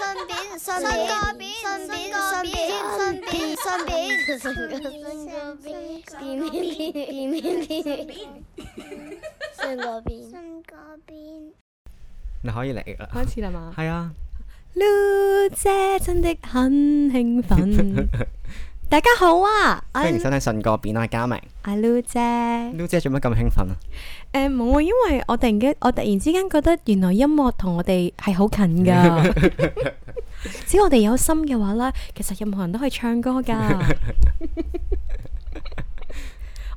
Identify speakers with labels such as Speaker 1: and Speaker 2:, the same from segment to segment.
Speaker 1: 順便順便順便順便順便順便順便順便便便便便順個便順個便
Speaker 2: 你可以嚟啦。
Speaker 3: 開始啦嘛。
Speaker 2: 係啊，
Speaker 3: Lu 姐真的很興 奮。大家好啊，我
Speaker 2: 歡迎
Speaker 3: 係
Speaker 2: 收聽信個變，我係嘉明。
Speaker 3: 阿 Lu 姐。
Speaker 2: Lu 姐做乜咁興奮啊？
Speaker 3: 誒冇啊，因為我突然間，我突然之間覺得原來音樂同我哋係好近噶。 只要我哋有心嘅話啦，其實任何人都可以唱歌噶。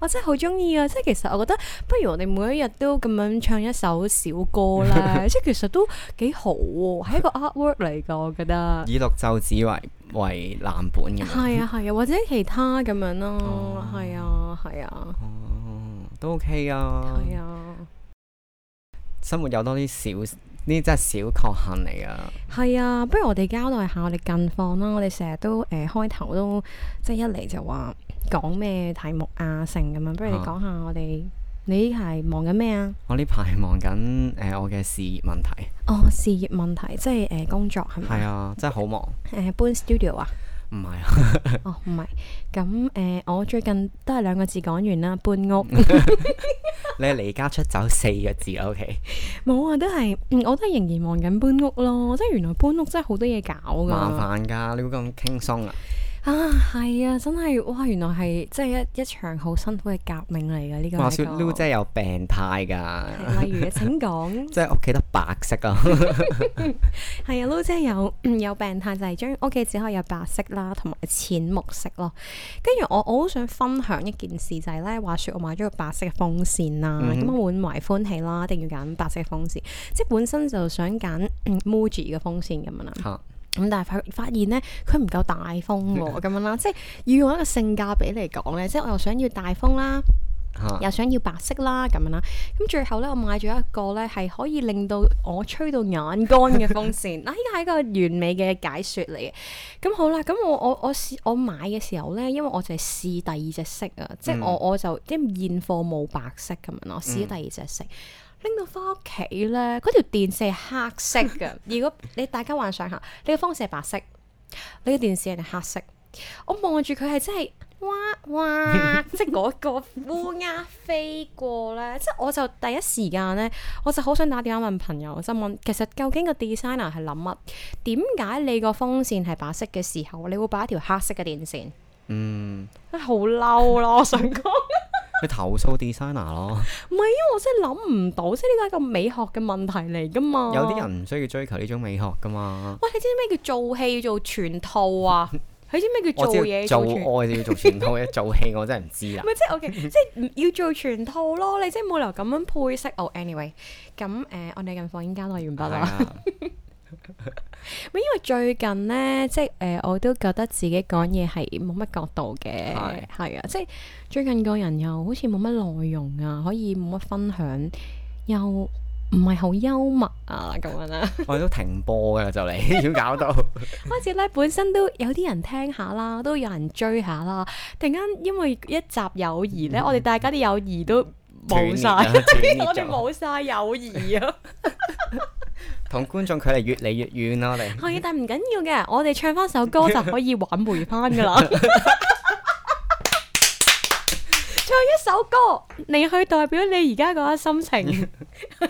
Speaker 3: 我真係好中意啊！即係其實我覺得，不如我哋每一日都咁樣唱一首小歌 啦。即係其實都幾好喎、係一個 artwork 嚟噶，我覺得。
Speaker 2: 以綠袖子為為藍本咁樣，
Speaker 3: 係啊係啊，或者其他咁樣咯，係啊係啊
Speaker 2: 哦，都 OK 啊。
Speaker 3: 係啊。
Speaker 2: 生活有多啲小，呢啲真係小確幸嚟噶。
Speaker 3: 係啊，不如我哋交代下我哋近況啦。我哋成日都誒、呃、開頭都即係一嚟就話講咩題目啊，成咁樣。不如你
Speaker 2: 啊
Speaker 3: 講下我哋你係忙緊咩啊？
Speaker 2: 我呢排忙緊誒我嘅事業問題，
Speaker 3: 哦，事業問題，即係誒、呃工作係咪？
Speaker 2: 係啊，真係好忙。
Speaker 3: 誒搬 studio 啊？
Speaker 2: 唔係啊，
Speaker 3: 哦，唔係。咁誒、呃我最近都係兩個字講完啦，搬 屋。
Speaker 2: 你係離家出走四個字啦，OK。
Speaker 3: 冇啊，都係，嗯我都係仍然忙緊搬屋咯。即係原來搬屋真係好多嘢搞㗎。
Speaker 2: 麻煩㗎，你會咁輕鬆啊？
Speaker 3: 啊，係啊，真係哇！原來係即係一一場好辛苦嘅革命嚟嘅呢個係一個。
Speaker 2: 話說 Lu 姐有病態㗎，
Speaker 3: 係例 如，請講。
Speaker 2: 即係屋企得白色 啊。
Speaker 3: 係啊，Lu 姐有有病態，就係將屋企只可以有白色啦，同埋淺木色咯。跟住我我好想分享一件事，就係、呢咧話說我買咗個白色嘅風扇啦，
Speaker 2: 嗯
Speaker 3: 咁、我滿懷歡喜啦，一定要揀白色嘅風扇，即係本身就想揀嗯 Muji 嘅風扇咁樣啦。
Speaker 2: 嚇
Speaker 3: 咁但係發發現咧，佢唔夠大風 喎，咁樣啦，即係要用一個性價比嚟講咧，即係我又想要大風啦，
Speaker 2: 嚇
Speaker 3: 又想要白色啦，咁樣啦。咁最後咧，我買咗一個咧係可以令到我吹到眼乾嘅風扇。 嗱，呢個係一個完美嘅解説嚟嘅。咁好啦，咁我我我試我買嘅時候咧，因為我就係試第二隻色啊，即係我我就即係現貨冇白色咁樣咯，我試咗第二隻色。拎到翻屋企咧，嗰條電視係黑色嘅。如果你大家幻想下，你嘅風扇係白色，你嘅電視係黑色。我望住佢係真係哇 哇，即係嗰個烏鴉飛過咧，即係我就第一時間咧，我就好想打電話問朋友，就問其實究竟個 designer 係諗乜？點解你個風扇係白色嘅時候，你會擺一條黑色嘅電線？
Speaker 2: 嗯，
Speaker 3: 真係好嬲咯！我想講。
Speaker 2: 你投訴 designer 咯。
Speaker 3: 唔係，因為我真係諗唔到，即係呢個係一個美學嘅問題嚟噶嘛。
Speaker 2: 有啲人唔需要追求呢種美學㗎嘛。
Speaker 3: 喂，你知唔知咩叫做戲做全套 啊？你知唔知咩叫
Speaker 2: 我
Speaker 3: 做嘢
Speaker 2: 知道
Speaker 3: 做
Speaker 2: 做
Speaker 3: 全？
Speaker 2: 愛就要做全套 嘅，做戲我真係唔知啦
Speaker 3: 唔。啊係即 係 OK，即係唔要做全套咯。你即係冇理由咁樣配色。哦，anyway，咁誒、呃我哋近況已經交代完畢
Speaker 2: 係
Speaker 3: 啦。
Speaker 2: 啊，
Speaker 3: 唔係因為最近咧，即係誒、呃我都覺得自己講嘢係冇乜角度嘅，
Speaker 2: 係
Speaker 3: 係啊，即係最近個人又好似冇乜內容啊，可以冇乜分享，又唔係好幽默啊咁樣 啦。
Speaker 2: 我哋都停播㗎啦，就嚟 要搞到。
Speaker 3: 開始咧，本身都有啲人聽下啦，都有人追下啦。突然間，因為一集友誼咧，我哋大家啲友誼都冇晒，
Speaker 2: 嗯斷裂啊咗斷裂咗
Speaker 3: 我哋冇晒友誼啊。
Speaker 2: 同觀眾距離越嚟越遠啦，我哋
Speaker 3: 係啊，但係唔緊要嘅，我哋唱翻首歌就可以挽回翻 噶啦。唱一首歌，你去代表你而家嗰個心情。 突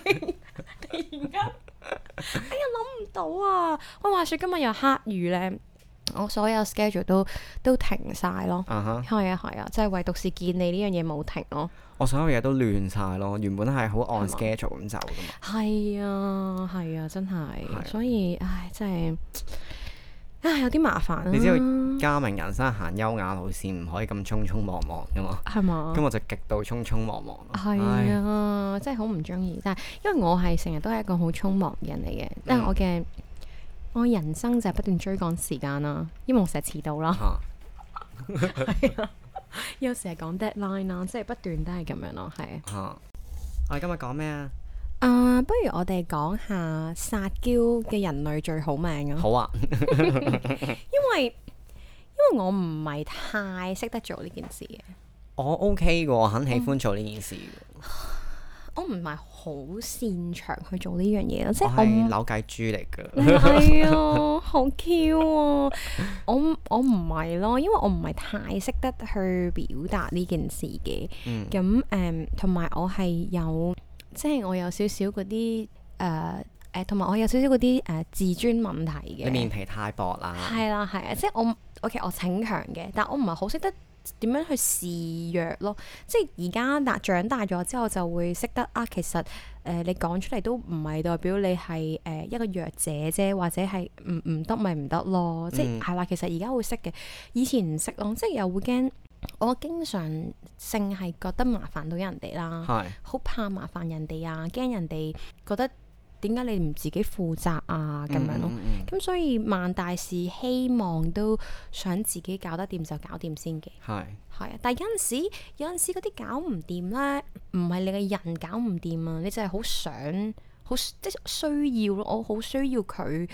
Speaker 3: 然間，哎呀諗唔到啊！我話説今日又黑雨咧，我所有 schedule 都都停晒咯。
Speaker 2: 啊哈，
Speaker 3: 係啊係啊，即係唯獨是見你呢樣嘢冇停咯。
Speaker 2: 我所有嘢都亂晒咯，原本係好 on
Speaker 3: 係嘛
Speaker 2: schedule 咁走㗎嘛。
Speaker 3: 係啊係啊，真
Speaker 2: 係啊
Speaker 3: 係，所以唉真係唉有啲麻煩啊。
Speaker 2: 你知道嘉明人生行優雅路線，唔可以咁匆匆忙忙㗎嘛。
Speaker 3: 係嘛
Speaker 2: 咁？我就極度匆匆忙忙咯。
Speaker 3: 哦係
Speaker 2: 唉，
Speaker 3: 啊，真係好唔中意。但係因為我係成日都係一個好匆忙嘅人嚟嘅，
Speaker 2: 嗯
Speaker 3: 但係我嘅我人生就係不斷追趕時間啦，因為我成日遲到啦，
Speaker 2: 嚇
Speaker 3: 有時係講 deadline 啦，即係不斷都係咁樣咯，係。
Speaker 2: 嚇！我哋今日講咩啊？
Speaker 3: 啊，不如我哋講下撒嬌嘅人類最好命啊，
Speaker 2: 好啊，
Speaker 3: 因為因為我唔係太識得做呢件事嘅，嗯
Speaker 2: 我 OK 嘅喎，很喜歡做呢件事嘅。
Speaker 3: 我唔係好擅長去做呢樣嘢咯，即
Speaker 2: 我
Speaker 3: 係我唔嗯
Speaker 2: 係扭計豬嚟
Speaker 3: 唔
Speaker 2: 㗎，
Speaker 3: 係啊，好 Q 啊！我唔我唔係咯，因為我唔係太識得去表達呢件事嘅。
Speaker 2: 嗯
Speaker 3: 咁誒，同埋我係有，即係我有少少嗰啲誒誒，同埋我有少少嗰啲誒自尊問題嘅。
Speaker 2: 你面皮太薄啦，
Speaker 3: 係啦，係啊，即係我 OK，我逞強嘅，但我唔係好識得點樣去示弱咯。即係而家大長大咗之後，就會識得啊，其實誒、呃你講出嚟都唔係代表你係誒、呃一個弱者啫，或者係唔唔得咪唔得咯。即係
Speaker 2: 嗯
Speaker 3: 係啦，其實而家會識嘅，以前唔識咯，即係又會驚。我經常性係覺得麻煩到人哋啦。
Speaker 2: 係
Speaker 3: 好怕麻煩人哋啊，驚人哋覺得點解你唔自己負責啊咁樣咯。
Speaker 2: 嗯嗯
Speaker 3: 咁所以萬大事希望都想自己搞得掂就搞掂先嘅，
Speaker 2: 係
Speaker 3: 係啊。但係有陣時有陣時嗰啲搞唔掂咧，唔係你嘅人搞唔掂啊，你就係好想好即係需要咯。我好需要佢誒、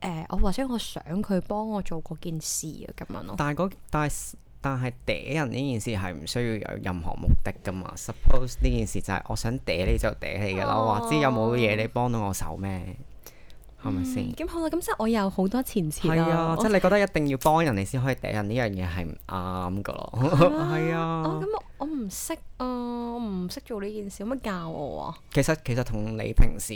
Speaker 3: 呃我或者我想佢幫我做嗰件事啊咁樣咯。
Speaker 2: 但係嗰但係但係嗲人呢件事係唔需要有任何目的噶嘛？Suppose 呢件事就係我想嗲你就嗲你噶啦，
Speaker 3: 哦
Speaker 2: 我話知有冇嘢你幫到我手咩？係咪先？
Speaker 3: 咁好啦，咁即係我有好多前設
Speaker 2: 係
Speaker 3: 啦
Speaker 2: 啊，。即係你覺得一定要幫人哋先可以嗲人呢樣嘢係唔啱噶咯？ 係
Speaker 3: 哦，
Speaker 2: 啊，
Speaker 3: 咁我我唔識啊，我唔識做呢件事，有乜教我啊？
Speaker 2: 其實其實同你平時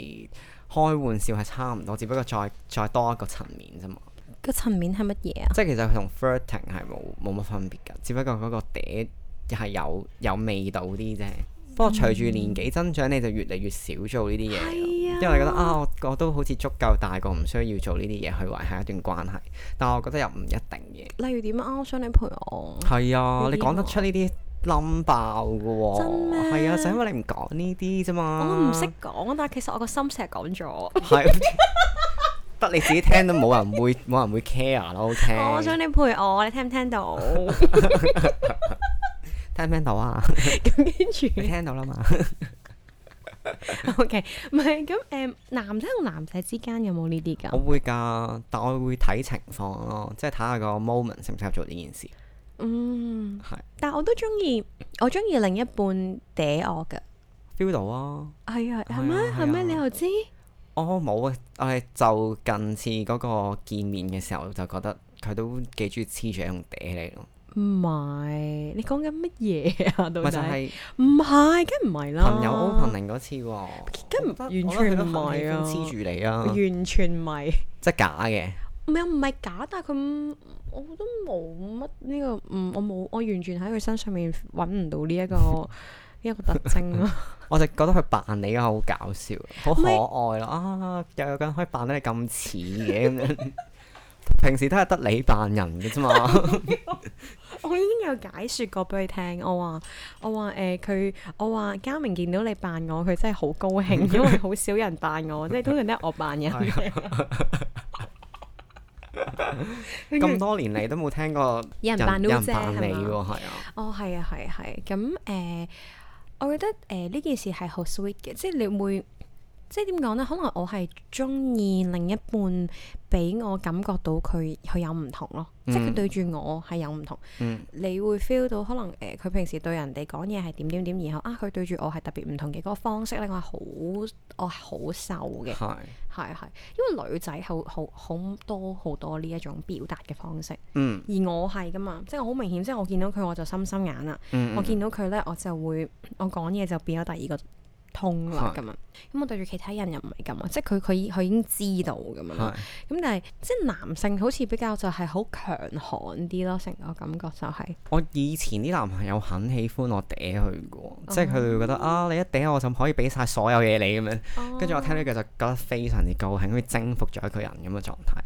Speaker 2: 開玩笑係差唔多，只不過再再多一個層面啫嘛。
Speaker 3: 個層面係乜嘢啊？
Speaker 2: 即係其實佢同 flirting 係冇冇乜分別㗎，只不過嗰個嗲係有有味道啲啫。不過隨住年紀增長，你就越嚟越少做呢啲嘢啦，因為你覺得啊，我我都好似足夠大個，唔需要做呢啲嘢去維係一段關係。但我覺得又唔一定嘅。
Speaker 3: 例如點啊？我想你陪我。
Speaker 2: 係啊，
Speaker 3: 呢啲
Speaker 2: 你講得出呢啲冧爆㗎喎，
Speaker 3: 真咩
Speaker 2: 係啊，就因為你唔講呢啲啫嘛。
Speaker 3: 我唔識，講，啊但係其實我個心成日講咗。
Speaker 2: 係 得你自己聽都冇人會冇人會 care 咯。OK，
Speaker 3: 哦我想你陪我，你聽唔聽到？
Speaker 2: 聽唔聽到啊？
Speaker 3: 咁跟住
Speaker 2: 你聽到啦嘛？
Speaker 3: ，OK，唔係咁誒，男仔同男仔之間有冇呢啲
Speaker 2: 我
Speaker 3: 㗎？
Speaker 2: 會㗎，但我會睇情況咯，即係睇下個 moment 適唔適合做呢件事。
Speaker 3: 嗯，
Speaker 2: 係
Speaker 3: 但我都中意，我中意另一半嗲我㗎。
Speaker 2: feel 到啊！
Speaker 3: 係啊，係
Speaker 2: 啊
Speaker 3: 咩？係
Speaker 2: 係
Speaker 3: 咩？
Speaker 2: 啊
Speaker 3: 你又知？
Speaker 2: 哦，冇啊！我哋就近次嗰個見面嘅時候，就覺得佢都幾中意黐住用嗲你咯。
Speaker 3: 唔係，你講緊乜嘢啊？到
Speaker 2: 咪就
Speaker 3: 底？
Speaker 2: 係
Speaker 3: 唔係，梗唔係啦。
Speaker 2: 朋友 opening 嗰次喎，
Speaker 3: 梗唔
Speaker 2: 我
Speaker 3: 完
Speaker 2: 覺得
Speaker 3: 全唔
Speaker 2: 我覺
Speaker 3: 係
Speaker 2: 得佢
Speaker 3: 啊
Speaker 2: 都喜歡黐住你啊，
Speaker 3: 完全唔係。
Speaker 2: 即係假嘅。
Speaker 3: 唔係唔係假，但係佢嗯我都冇乜呢個，嗯，我冇，我完全喺佢身上面揾唔到呢、一個呢一個特徵咯。
Speaker 2: 我就覺得佢扮你好搞笑，好可
Speaker 3: 咪
Speaker 2: 愛咯啊！又有個人可以扮得你咁似嘅咁樣， 平時都係得你扮人嘅啫嘛。
Speaker 3: 我已經有解説過俾佢聽，我話我話誒佢，我話嘉明見到你扮我，佢真係好高興，因為好少人扮我，即係通常都係我扮人嘅。 跟住
Speaker 2: 咁多年嚟都冇聽過
Speaker 3: 有人扮
Speaker 2: 有人
Speaker 3: loser，
Speaker 2: 扮你
Speaker 3: 係
Speaker 2: 喎，係
Speaker 3: 嘛
Speaker 2: 啊，
Speaker 3: 哦，係啊，係啊，係。咁誒、呃我覺得誒呢、件事係好 sweet 嘅，即係你會，即係點講呢？可能我係中意另一半俾我感覺到佢佢有唔同咯，即係佢
Speaker 2: 嗯
Speaker 3: 對住我係有唔同。
Speaker 2: 嗯
Speaker 3: 你會 feel 到可能誒佢、平時對人哋講嘢係點點點，然後啊佢對住我係特別唔同嘅嗰、個方式咧，我係好我係好受嘅，
Speaker 2: 係，
Speaker 3: 係係，因為女仔好好好多好多呢一種表達嘅方式。
Speaker 2: 嗯
Speaker 3: 而我係噶嘛，即係我好明顯，即係我見到佢我就心心眼啦。
Speaker 2: 嗯，
Speaker 3: 我
Speaker 2: 嗯
Speaker 3: 見到佢咧，我就會 我講嘢就變咗第二個通啦
Speaker 2: 係
Speaker 3: 咁樣。咁我對住其他人又唔係咁啊，即係佢佢已佢已經知道咁樣啦。
Speaker 2: 係
Speaker 3: 咁但係即係男性好似比較就係好強悍啲咯，成個感覺就係、
Speaker 2: 我以前啲男朋友很喜歡我嗲佢嘅喎，即係佢哋會覺得啊，你一嗲我就可以俾晒所有嘢你咁樣，跟住我聽呢句就覺得非常之高興，好似征服咗一個人咁嘅狀態。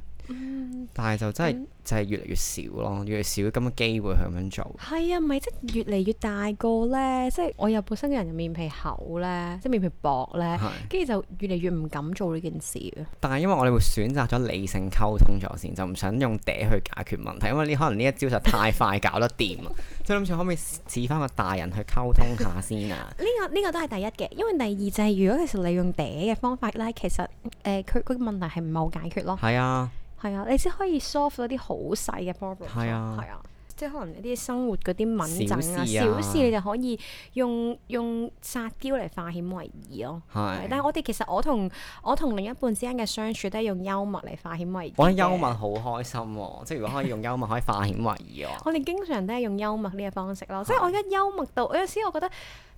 Speaker 2: 但係就真係就係越嚟越少咯，越嚟越少咁嘅機會去咁樣做。
Speaker 3: 係啊，咪即係越嚟越大個咧，即係我又本身個人又面皮厚咧，即係面皮薄咧，
Speaker 2: 係，
Speaker 3: 跟住就越嚟越唔敢做呢件事啊。
Speaker 2: 但係因為我哋會選擇咗理性溝通咗先，就唔想用嗲去解決問題，因為呢可能呢一招就太快搞得掂 啊！即係諗住可唔可以似翻個大人去溝通下先啊？
Speaker 3: 呢、個呢、個都係第一嘅，因為第二就係、如果其實你用嗲嘅方法咧，其實誒佢佢個問題係唔係好解決咯，
Speaker 2: 係啊，
Speaker 3: 係啊，你只可以 solve 到啲好細嘅 problem，
Speaker 2: 係啊
Speaker 3: 係啊，即即係可能一啲生活嗰啲敏感
Speaker 2: 小
Speaker 3: 啊、
Speaker 2: 事啊
Speaker 3: 小事，你就可以用用撒嬌嚟化險為夷咯。
Speaker 2: 係
Speaker 3: 但係我哋其實我同我同另一半之間嘅相處都係用幽默嚟化險為夷。
Speaker 2: 我覺得幽默，好開心喎，即係如果可以用幽默可以化險為夷喎。
Speaker 3: 我哋經常都係用幽默呢個方式咯。即係我而家幽默到有陣時，我覺得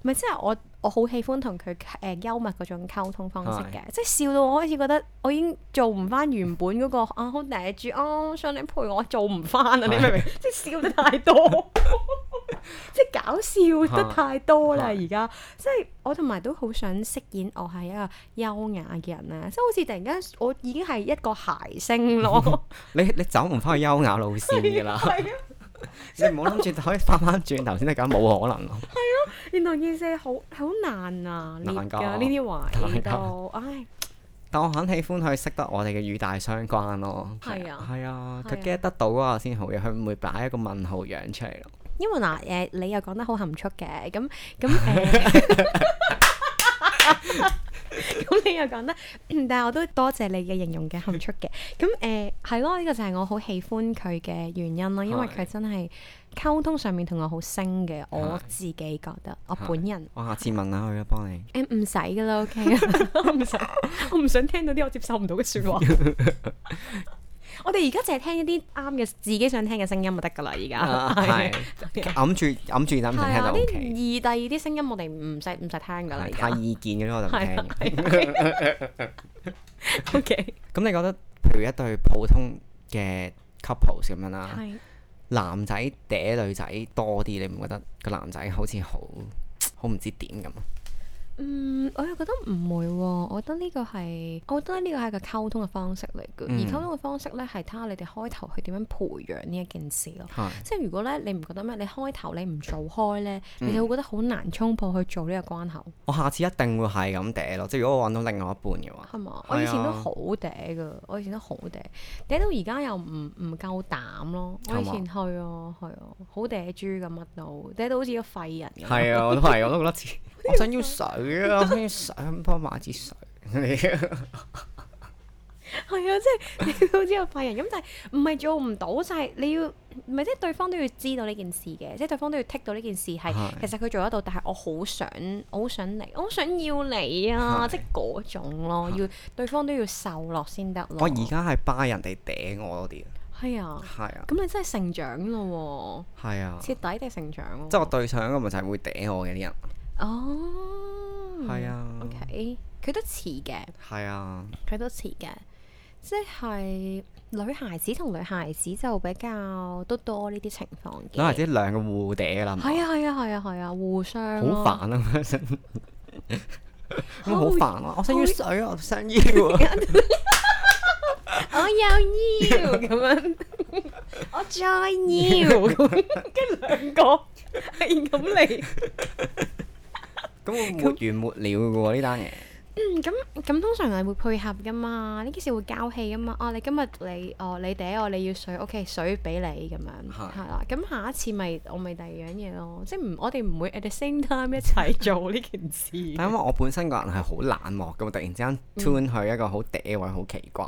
Speaker 3: 唔係即係我我好喜歡同佢誒幽默嗰種溝通方式嘅，即係笑到我開始覺得我已經做唔翻原本嗰、個啊好嗲住啊，想你陪我做唔翻啊！你明唔明？即係笑得太 多。即係搞笑得太多啦！
Speaker 2: 係
Speaker 3: 而家即係我同埋都好想飾演我係一個優雅嘅人啊！即係好似突然間我已經係一個諧星咯，
Speaker 2: 你你走唔翻去優雅路線㗎啦，
Speaker 3: 係啊！
Speaker 2: 你唔好諗住可以翻翻轉頭先得㗎，冇可能咯。
Speaker 3: 原來件事好好難啊，呢
Speaker 2: 難
Speaker 3: 㗎
Speaker 2: 㗎
Speaker 3: 呢 啲位
Speaker 2: 難㗎
Speaker 3: 度，唉，
Speaker 2: 但我很喜歡佢識得我哋嘅語大相關咯。
Speaker 3: 係啊
Speaker 2: 係啊，
Speaker 3: 係
Speaker 2: 佢
Speaker 3: 啊
Speaker 2: get 得到啊先好嘅，佢唔會擺一個問號樣出嚟咯。
Speaker 3: 因為嗱誒，你又講得好含蓄嘅，咁 咁誒。 咁你又講得，嗯但係我都多謝你嘅形容嘅含蓄嘅。咁誒係咯，呢、個就係我好喜歡佢嘅原因咯，因為
Speaker 2: 係
Speaker 3: 佢真係溝通上面同我好升嘅，我
Speaker 2: 係
Speaker 3: 自己覺得我
Speaker 2: 係
Speaker 3: 本人
Speaker 2: 我下次問下佢啦，幫你。
Speaker 3: 誒唔使噶啦，OK，我 唔使，我唔想聽到啲我接受唔到嘅説話。 我哋而家淨係聽一啲啱嘅，自己想聽嘅聲音就得噶啦。而
Speaker 2: 啊
Speaker 3: 家
Speaker 2: 係
Speaker 3: 係啊
Speaker 2: 揞住揞住等唔聽
Speaker 3: 係啊，
Speaker 2: 就
Speaker 3: 啲
Speaker 2: O
Speaker 3: 二
Speaker 2: K。
Speaker 3: 第二啲聲音我哋唔使唔使聽噶啦，而
Speaker 2: 係太
Speaker 3: 家
Speaker 2: 意見嘅咧，我就唔
Speaker 3: 係
Speaker 2: 聽
Speaker 3: 啊
Speaker 2: 嘅。
Speaker 3: 係啊 OK
Speaker 2: 咁你覺得，譬如一對普通嘅 couples 咁樣啦，
Speaker 3: 係
Speaker 2: 男仔嗲女仔多啲，你唔覺得個男仔好似好好唔知點咁？啊
Speaker 3: 嗯，我又覺得唔會喎，我覺得呢個係我覺得呢個係一個溝通嘅方式嚟嘅，而
Speaker 2: 嗯
Speaker 3: 溝通嘅方式咧係睇下你哋開頭去點樣培養呢一件事咯。
Speaker 2: 係
Speaker 3: 即係如果咧，你唔覺得咩？你開頭你唔做開咧，
Speaker 2: 嗯
Speaker 3: 你就會覺得好難衝破去做呢個關口，
Speaker 2: 我下次一定會係咁嗲咯，即係如果我揾到另外一半嘅話，
Speaker 3: 係嘛？
Speaker 2: 係啊
Speaker 3: 我以前都好嗲噶，我以前都好嗲，嗲到而家又唔唔夠膽咯。我以前係啊係啊，好嗲豬咁乜都，嗲到好似個廢人咁。
Speaker 2: 係啊，我都係，我都覺得 似，我想要水啊，我想要水，幫我買支水。
Speaker 3: 係啊，即係你好似個廢人咁，但係唔係做唔到，就係你要唔係即係對方都要知道呢件事嘅，即係對方都要剔到呢件事係
Speaker 2: 係
Speaker 3: 其實佢做得到，但係我好想，我好想你，我好想要你啊，
Speaker 2: 係
Speaker 3: 即係嗰種咯，要對方都要受落先得咯。
Speaker 2: 我而家係巴人哋嗲我嗰啲，
Speaker 3: 係啊，
Speaker 2: 係啊，
Speaker 3: 咁你真係成長咯
Speaker 2: 係啊
Speaker 3: 喎，，徹底地成長咯。
Speaker 2: 即係我對上一個咪就係會嗲我嘅啲人，
Speaker 3: 哦，
Speaker 2: 係啊
Speaker 3: ，OK，佢都似嘅。
Speaker 2: 係啊，
Speaker 3: 佢都似嘅，即係女孩子同女孩子就比較都多呢啲情況嘅。
Speaker 2: 女孩子兩個互嗲㗎啦，
Speaker 3: 係啊係啊係啊係啊，互相
Speaker 2: 好
Speaker 3: 咯
Speaker 2: 煩啊！嗰陣咁好煩啊！我想要水啊，我想 要 啊，
Speaker 3: 我又要咁 樣，我再要咁，跟兩個係咁嚟。
Speaker 2: 咁會沒完沒了嘅喎呢單嘢。
Speaker 3: 嗯咁咁通常係會配合噶嘛，呢件事會交氣噶嘛。哦，你今日你哦你嗲我，你要水，OK，水俾你咁樣，
Speaker 2: 係
Speaker 3: 係啦。咁下一次咪我咪第二樣嘢咯，即係唔我哋唔會 at the same time 一齊做呢件事。
Speaker 2: 但因為我本身個人係好冷漠嘅，突然之間
Speaker 3: 嗯
Speaker 2: turn 去一個好嗲位，好奇怪。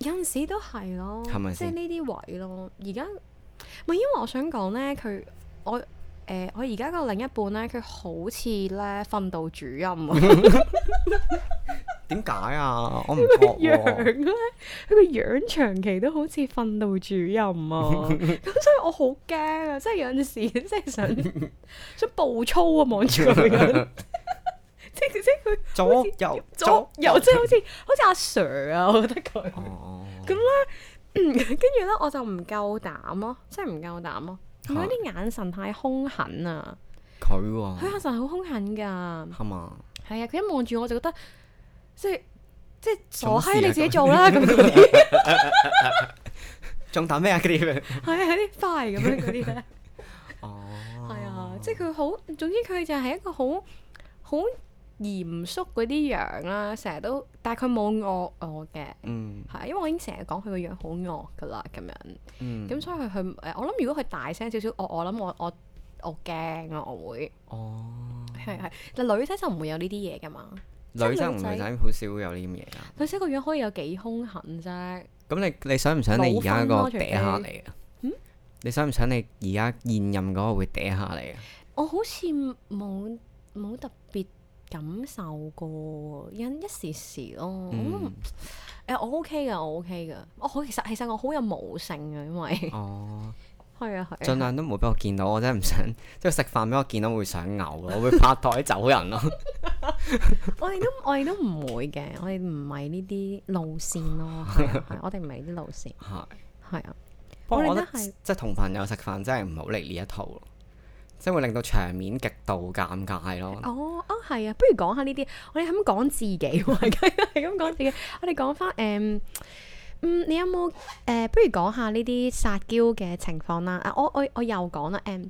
Speaker 3: 有陣時都係咯，
Speaker 2: 係咪
Speaker 3: 即係
Speaker 2: 先
Speaker 3: 呢啲位咯。而家唔係因為我想講咧，佢我誒、呃我而家個另一半咧，佢好似咧訓導主任啊。
Speaker 2: 點解啊？我唔
Speaker 3: 個
Speaker 2: 覺
Speaker 3: 樣
Speaker 2: 喎。
Speaker 3: 咧，佢個樣長期都好似訓導主任啊， 咁所以我好驚啊！即係有陣時， 即係想 想暴粗啊，望住佢個樣，即係即係佢
Speaker 2: 左右
Speaker 3: 左右，即係好似好似阿 Sir 啊，我覺得佢。
Speaker 2: 哦，
Speaker 3: 嗯跟住咧，我就唔夠膽咯，即係唔夠膽咯。佢嗰啲眼神太兇狠啊！
Speaker 2: 佢
Speaker 3: 佢
Speaker 2: 喎
Speaker 3: 眼神好兇狠㗎。
Speaker 2: 係嘛？
Speaker 3: 係啊，佢一望住我就覺得，即係即係傻
Speaker 2: 咁事啊
Speaker 3: 閪，你自己
Speaker 2: 咁
Speaker 3: 做啦咁樣。
Speaker 2: 仲打咩啊？嗰啲
Speaker 3: 係啊，啲快 咁樣嗰啲咧，
Speaker 2: 哦，
Speaker 3: 係啊，即係佢好，總之佢就係一個好好嚴肅嗰啲樣啦，成日都，但係佢冇惡我嘅，
Speaker 2: 嗯
Speaker 3: 係因為我已經成日講佢個樣好惡噶啦，咁樣，
Speaker 2: 嗯，
Speaker 3: 咁所以佢佢誒，我諗如果佢大聲少少，我我諗我我我驚啊，我會
Speaker 2: 哦，
Speaker 3: 係啊係，但女仔就唔會有呢啲嘢噶嘛，
Speaker 2: 女仔同女仔好少會有呢啲嘢㗎。
Speaker 3: 女仔個樣可以有幾兇狠啫，
Speaker 2: 咁你你想唔想你而家個
Speaker 3: 冇分咯除非嗯
Speaker 2: 嗲下你啊？你想唔想你而家現任嗰個會嗲下你啊？
Speaker 3: 我好似冇冇特別感受過，因一時時咯。
Speaker 2: 嗯，
Speaker 3: 誒、我 OK 噶，我 OK 噶。我好其實其實我好有母性啊，因為
Speaker 2: 哦，
Speaker 3: 係啊係
Speaker 2: 盡
Speaker 3: 啊。
Speaker 2: 量都唔好俾我見到，我真係唔想， 即係食飯俾我見到會想嘔 咯，我會拍台走人咯。
Speaker 3: 我哋都我哋都唔會嘅，我哋唔係呢啲路線咯，係啊係啊，我哋唔係呢啲路線，
Speaker 2: 係，
Speaker 3: 係啊。
Speaker 2: 不過
Speaker 3: 我
Speaker 2: 我覺
Speaker 3: 哋都係
Speaker 2: 得即係同朋友食飯真係唔好嚟呢一套咯，即係會令到場面極度尷尬咯。
Speaker 3: 哦，哦，係啊，不如講下呢啲，我哋係咁講自己 喎，係咁講自己，我哋講翻誒，嗯，嗯你有冇誒、呃不如講下呢啲撒嬌嘅情況啦。啊，我我我又講啦，誒、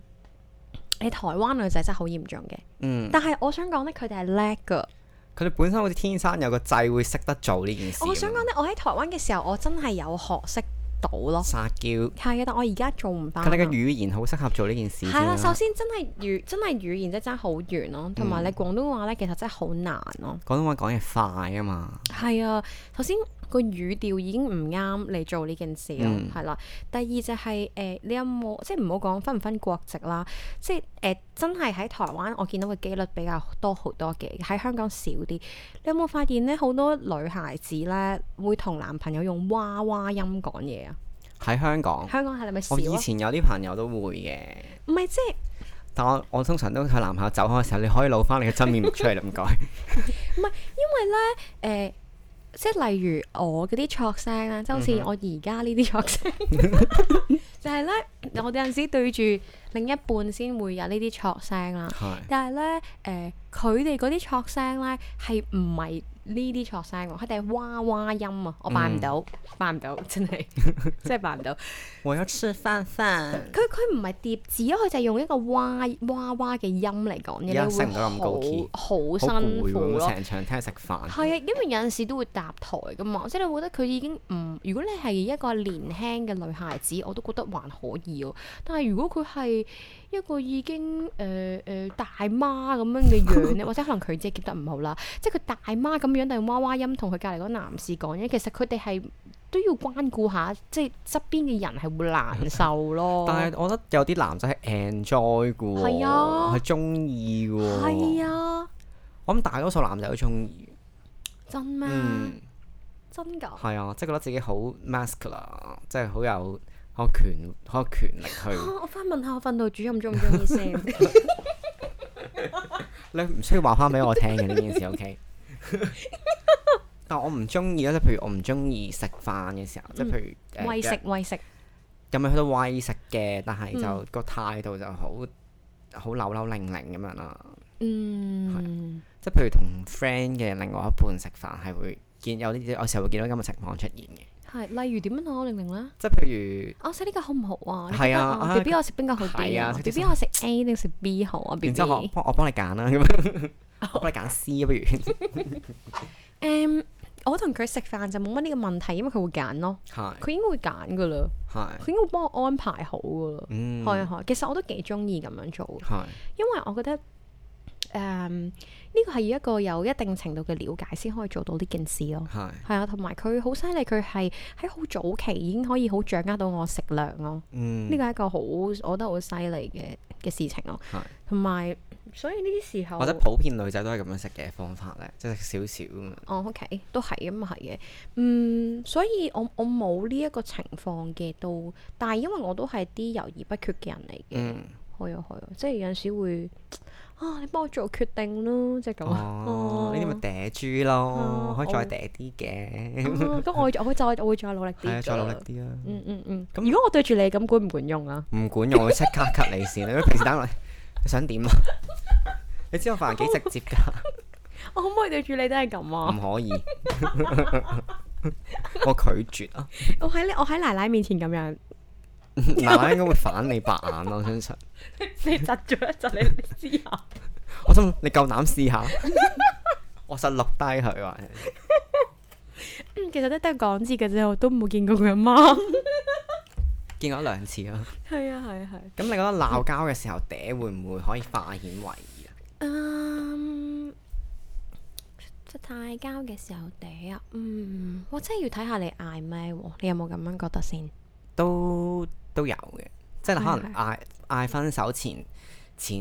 Speaker 3: 你台灣女仔真係好嚴重嘅，
Speaker 2: 嗯，
Speaker 3: 但係我想講咧，佢哋係叻噶。
Speaker 2: 佢哋本身好似天生有個掣會識得做呢件事。
Speaker 3: 我想講咧，我喺台灣嘅時候，我真係有學識到咯。
Speaker 2: 撒嬌，
Speaker 3: 係啊，但我而家做唔翻
Speaker 2: 佢哋嘅
Speaker 3: 啦。
Speaker 2: 語言好適合做呢件事先啊
Speaker 3: 係啦，首
Speaker 2: 啦。
Speaker 3: 先真係語真係語言真係爭好遠咯，同埋你廣東話咧，其實真係好難咯。
Speaker 2: 廣東話講嘢快啊嘛，
Speaker 3: 係啊，首先個語調已經唔啱你做呢件事咯，
Speaker 2: 嗯
Speaker 3: 係啦、第二就係、誒、你有冇即係唔好講分唔分國籍啦，即係誒、真係喺台灣我見到嘅機率比較多好多嘅，喺香港少啲。你有冇發現咧？好多女孩子咧會同男朋友用娃娃音講嘢啊？
Speaker 2: 喺香港，
Speaker 3: 香港係咪少
Speaker 2: 哦我以
Speaker 3: 啊？
Speaker 2: 前有啲朋友都會嘅。
Speaker 3: 唔係即係
Speaker 2: 但我我通常都佢男朋友走開嘅時候，你可以露翻你嘅真面目出嚟啦， 唔該。
Speaker 3: 誒、即係例如我嗰啲戳聲啦，即係好
Speaker 2: 嗯
Speaker 3: 似我而家呢啲戳聲， 就係咧，我有陣時對住另一半先會有呢啲戳聲啦。
Speaker 2: 係
Speaker 3: 但係咧，誒、佢哋嗰啲戳聲咧係唔係呢啲戳聲喎？佢哋係哇哇音啊！
Speaker 2: 嗯
Speaker 3: 我扮唔到，扮唔到， 真係真係扮唔到。
Speaker 2: 我要吃飯飯。
Speaker 3: 佢佢唔係疊字啊，佢就係用一個哇哇哇嘅音嚟講嘢，你
Speaker 2: 而家
Speaker 3: 會
Speaker 2: 升唔到咁高 key，
Speaker 3: 好好
Speaker 2: 好
Speaker 3: 辛
Speaker 2: 攰
Speaker 3: 苦
Speaker 2: 喎，
Speaker 3: 咯。
Speaker 2: 成場聽食飯。
Speaker 3: 係啊，因為有陣時都會搭台噶嘛，即係你會覺得佢已經唔，如果你係一個年輕嘅女孩子，我都覺得還可以喎。但係如果佢係一個已經誒誒、呃呃大媽咁樣嘅 樣咧，或者可能佢自己 keep 得唔好啦，即係佢大媽咁樣，但係娃娃音同佢隔離嗰男士講嘢，其實佢哋係都要關顧下，即係側邊嘅人係會難受咯。
Speaker 2: 但係我覺得有啲男仔係 enjoy 嘅喎，
Speaker 3: 係啊
Speaker 2: 係中意嘅喎。
Speaker 3: 係啊，
Speaker 2: 我諗大多數男仔都中意。
Speaker 3: 真咩？
Speaker 2: 嗯，
Speaker 3: 真㗎？
Speaker 2: 係啊，即係覺得自己好 masculine，即係好有好有權好有權力去。
Speaker 3: 啊我翻問下我訓導主任中唔中意先？
Speaker 2: 你唔需要話翻俾我聽嘅呢件事，OK？但我唔中意啊，即係譬如我唔中意食飯嘅時候，即係譬如誒
Speaker 3: 喂食喂食。
Speaker 2: 又咪去到喂食嘅，但係就
Speaker 3: 嗯
Speaker 2: 個態度就好好扭扭零零咁樣啦。
Speaker 3: 嗯，
Speaker 2: 即係譬如同 friend 嘅另外一半食飯係會見有呢啲，有時候會見到咁嘅情況出現嘅。
Speaker 3: 係，例如點樣啊？玲玲咧，
Speaker 2: 即係譬如，
Speaker 3: 我哦食呢個好唔好啊？
Speaker 2: 係啊啊
Speaker 3: ，B B 我食邊個好啲
Speaker 2: 係
Speaker 3: 啊
Speaker 2: 啊
Speaker 3: ？B B 我食 A 定食 B 好啊？B
Speaker 2: 然
Speaker 3: 哦 B，
Speaker 2: 之後我幫我幫你揀啦，咁樣我幫你揀 C 啊不如。
Speaker 3: 誒，嗯我同佢食飯就冇乜呢個問題，因為佢會揀咯，
Speaker 2: 係
Speaker 3: 佢應該會揀噶啦，
Speaker 2: 係，
Speaker 3: 佢應該會幫我安排好噶啦。
Speaker 2: 嗯，
Speaker 3: 係啊係啊，其實我都幾中意咁樣做嘅，
Speaker 2: 係
Speaker 3: 因為我覺得誒呢個係要一個有一定程度嘅了解先可以做到呢件事咯。
Speaker 2: 係
Speaker 3: 係啊，同埋佢好犀利，佢係喺好早期已經可以好掌握到我食量咯。
Speaker 2: 嗯
Speaker 3: 呢個係一個好，我覺得好犀利嘅嘅事情咯。
Speaker 2: 係。
Speaker 3: 同埋，所以呢啲時候，
Speaker 2: 或者普遍女仔都係咁樣食嘅方法咧，即係食少少咁樣。
Speaker 3: 哦，OK，都係咁啊，係嘅。嗯，所以我我冇呢一個情況嘅都，但係因為我都係啲猶豫不決嘅人嚟嘅，
Speaker 2: 嗯，
Speaker 3: 係啊係啊，即係有陣時會啊，你幫我做決定咯，即係咁啊。
Speaker 2: 哦，呢啲咪嗲豬咯，
Speaker 3: 哦
Speaker 2: 可以再
Speaker 3: 我
Speaker 2: 嗲啲嘅，
Speaker 3: 哦咁我我會再我會再努力
Speaker 2: 係
Speaker 3: 啲
Speaker 2: 啊，再努力
Speaker 3: 㗎
Speaker 2: 啲啦。
Speaker 3: 嗯嗯嗯。咁如果我對住你咁管唔管用啊？
Speaker 2: 唔管用，我會即刻 cut 你線。你平時打落嚟，你想點啊？ 你知我份人幾直接㗎，
Speaker 3: 我哦可唔可以對住你都係咁啊？
Speaker 2: 唔可以。 我拒絕啊！
Speaker 3: 我喺你我喺奶奶面前咁樣。
Speaker 2: 奶奶應該會反你白眼咯，我相信。
Speaker 3: 你窒咗一窒，你啊思考。
Speaker 2: 我心諗你夠膽試下， 我實錄低佢話。
Speaker 3: 嗯其實都得講字嘅啫，我都冇見過佢阿媽。
Speaker 2: 見過一兩次咯。
Speaker 3: 係啊，係啊，係。
Speaker 2: 咁你覺得鬧交嘅時候嗲會唔會可以化險為夷啊？
Speaker 3: 嗯，即嗌交嘅時候嗲啊，嗯，我真係要睇下你嗌咩喎？你有冇咁樣覺得先？
Speaker 2: 都都有嘅，即係可能
Speaker 3: 係
Speaker 2: 嗌嗌分手前前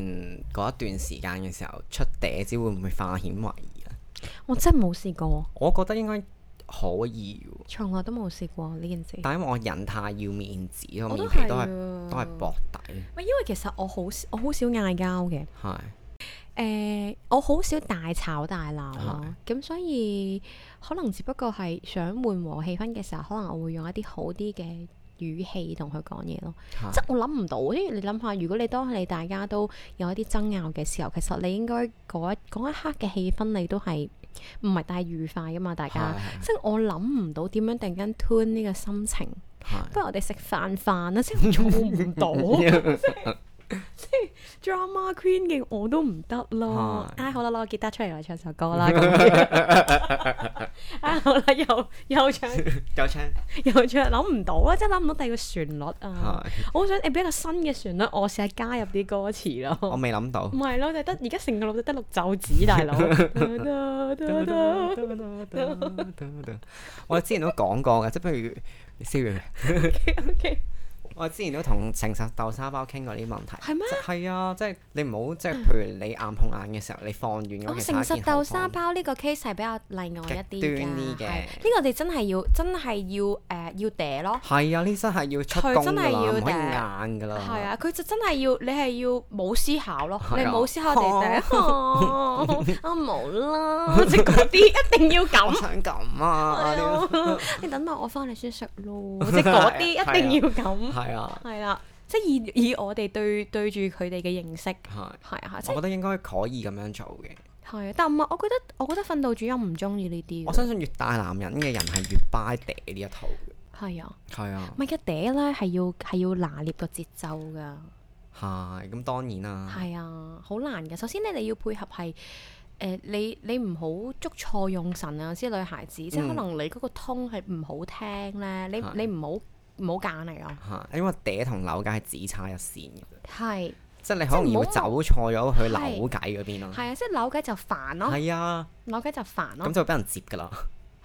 Speaker 2: 嗰一段時間嘅時候出嗲子會唔會化險為夷啊咧？
Speaker 3: 我真係冇試過，
Speaker 2: 我覺得應該可以喎，
Speaker 3: 從來都冇試過呢件事。
Speaker 2: 但因為我人太要面子，我
Speaker 3: 我都
Speaker 2: 面皮都
Speaker 3: 係
Speaker 2: 係
Speaker 3: 啊
Speaker 2: 都係薄底，
Speaker 3: 喂，因為其實我好少我好少嗌交嘅，誒、
Speaker 2: 係
Speaker 3: 我好少大吵大鬧
Speaker 2: 係
Speaker 3: 啦，咁所以可能只不過係想緩和氣氛嘅時候，可能我會用一啲好啲嘅語氣同佢講嘢咯。即係
Speaker 2: 係
Speaker 3: 我諗唔到，因為你諗下，如果你當你大家都有一啲爭拗嘅時候，其實你應該嗰一嗰一刻嘅氣氛，你都係唔係太愉快噶嘛？大家
Speaker 2: 係係
Speaker 3: 即係我諗唔到點樣突然間 turn 呢個心情，
Speaker 2: 係
Speaker 3: 不如我哋食飯飯啦，即係我做唔到 drama queen 嘅我都唔得咯。
Speaker 2: 係
Speaker 3: 唉，好啦，攞個吉他出嚟我唱首歌啦。咁 樣唉，好啦，又又唱
Speaker 2: 夠槍
Speaker 3: 又唱，諗唔到啊啦，即係諗唔到第二個旋律啊！
Speaker 2: 係，
Speaker 3: 我好想你俾一個新嘅旋律，我試下加入啲歌詞
Speaker 2: 我
Speaker 3: 咯。
Speaker 2: 未諗到
Speaker 3: 唔。係咯，就係得而家成個腦都得六袖子，大佬。 噠噠噠噠
Speaker 2: 我之前都講過嘅，即係譬如你笑完未，
Speaker 3: OK，
Speaker 2: 我之前都同誠實豆沙包傾過呢啲問題。
Speaker 3: 係咩
Speaker 2: 即係啊，即係你唔好即係譬如你眼碰眼嘅時候，你放遠
Speaker 3: 我
Speaker 2: 咗其他件
Speaker 3: 哦誠實
Speaker 2: 後
Speaker 3: 豆
Speaker 2: 放
Speaker 3: 沙包呢個 case 係比較例外一啲
Speaker 2: 極
Speaker 3: 㗎
Speaker 2: 端啲嘅
Speaker 3: 係呢個我哋真係要真係要呃誒要嗲咯。
Speaker 2: 係啊，呢真係要出
Speaker 3: 佢
Speaker 2: 工
Speaker 3: 真
Speaker 2: 㗎啦，
Speaker 3: 係要
Speaker 2: 唔可以
Speaker 3: 掟
Speaker 2: 硬㗎啦。
Speaker 3: 係啊，佢就真係要你係要冇思考咯，
Speaker 2: 係啊
Speaker 3: 你冇思考地 嗲，哦啊冇啦，即係嗰啲一定要
Speaker 2: 我
Speaker 3: 咁。
Speaker 2: 想咁 啊，呢個
Speaker 3: 你等埋我翻嚟先食 咯，即係嗰啲一定要咁。
Speaker 2: 係啊，
Speaker 3: 係啦，即係以以我哋對對住佢哋嘅認識，
Speaker 2: 係。
Speaker 3: 係啊，即
Speaker 2: 我
Speaker 3: 係
Speaker 2: 覺得應該可以咁樣做嘅。
Speaker 3: 係啊，但唔係，我覺得我覺得訓導主任唔中意呢啲
Speaker 2: 我
Speaker 3: 嘅，
Speaker 2: 相信越大男人嘅人係越 buy 嗲呢一套嘅。
Speaker 3: 係啊，
Speaker 2: 係啊
Speaker 3: 唔，係嘅嗲咧係要係要拿捏個節奏
Speaker 2: 嗯
Speaker 3: 㗎，
Speaker 2: 係咁當然啦。
Speaker 3: 係啊，好難嘅。首先咧，你要配合係。誒、你你唔好捉錯用神啊！之類孩子，即係可
Speaker 2: 嗯
Speaker 3: 能你嗰個通係唔好聽咧，你
Speaker 2: 係嗯
Speaker 3: 你唔好唔好揀嚟咯。
Speaker 2: 嚇，因為嗲同扭計係只差一線嘅，
Speaker 3: 係
Speaker 2: 即係你可能要走錯咗去扭計嗰邊咯。
Speaker 3: 係啊，即係扭計就煩咯，
Speaker 2: 係啊，
Speaker 3: 扭計就煩咯
Speaker 2: 咁。就俾人接㗎啦。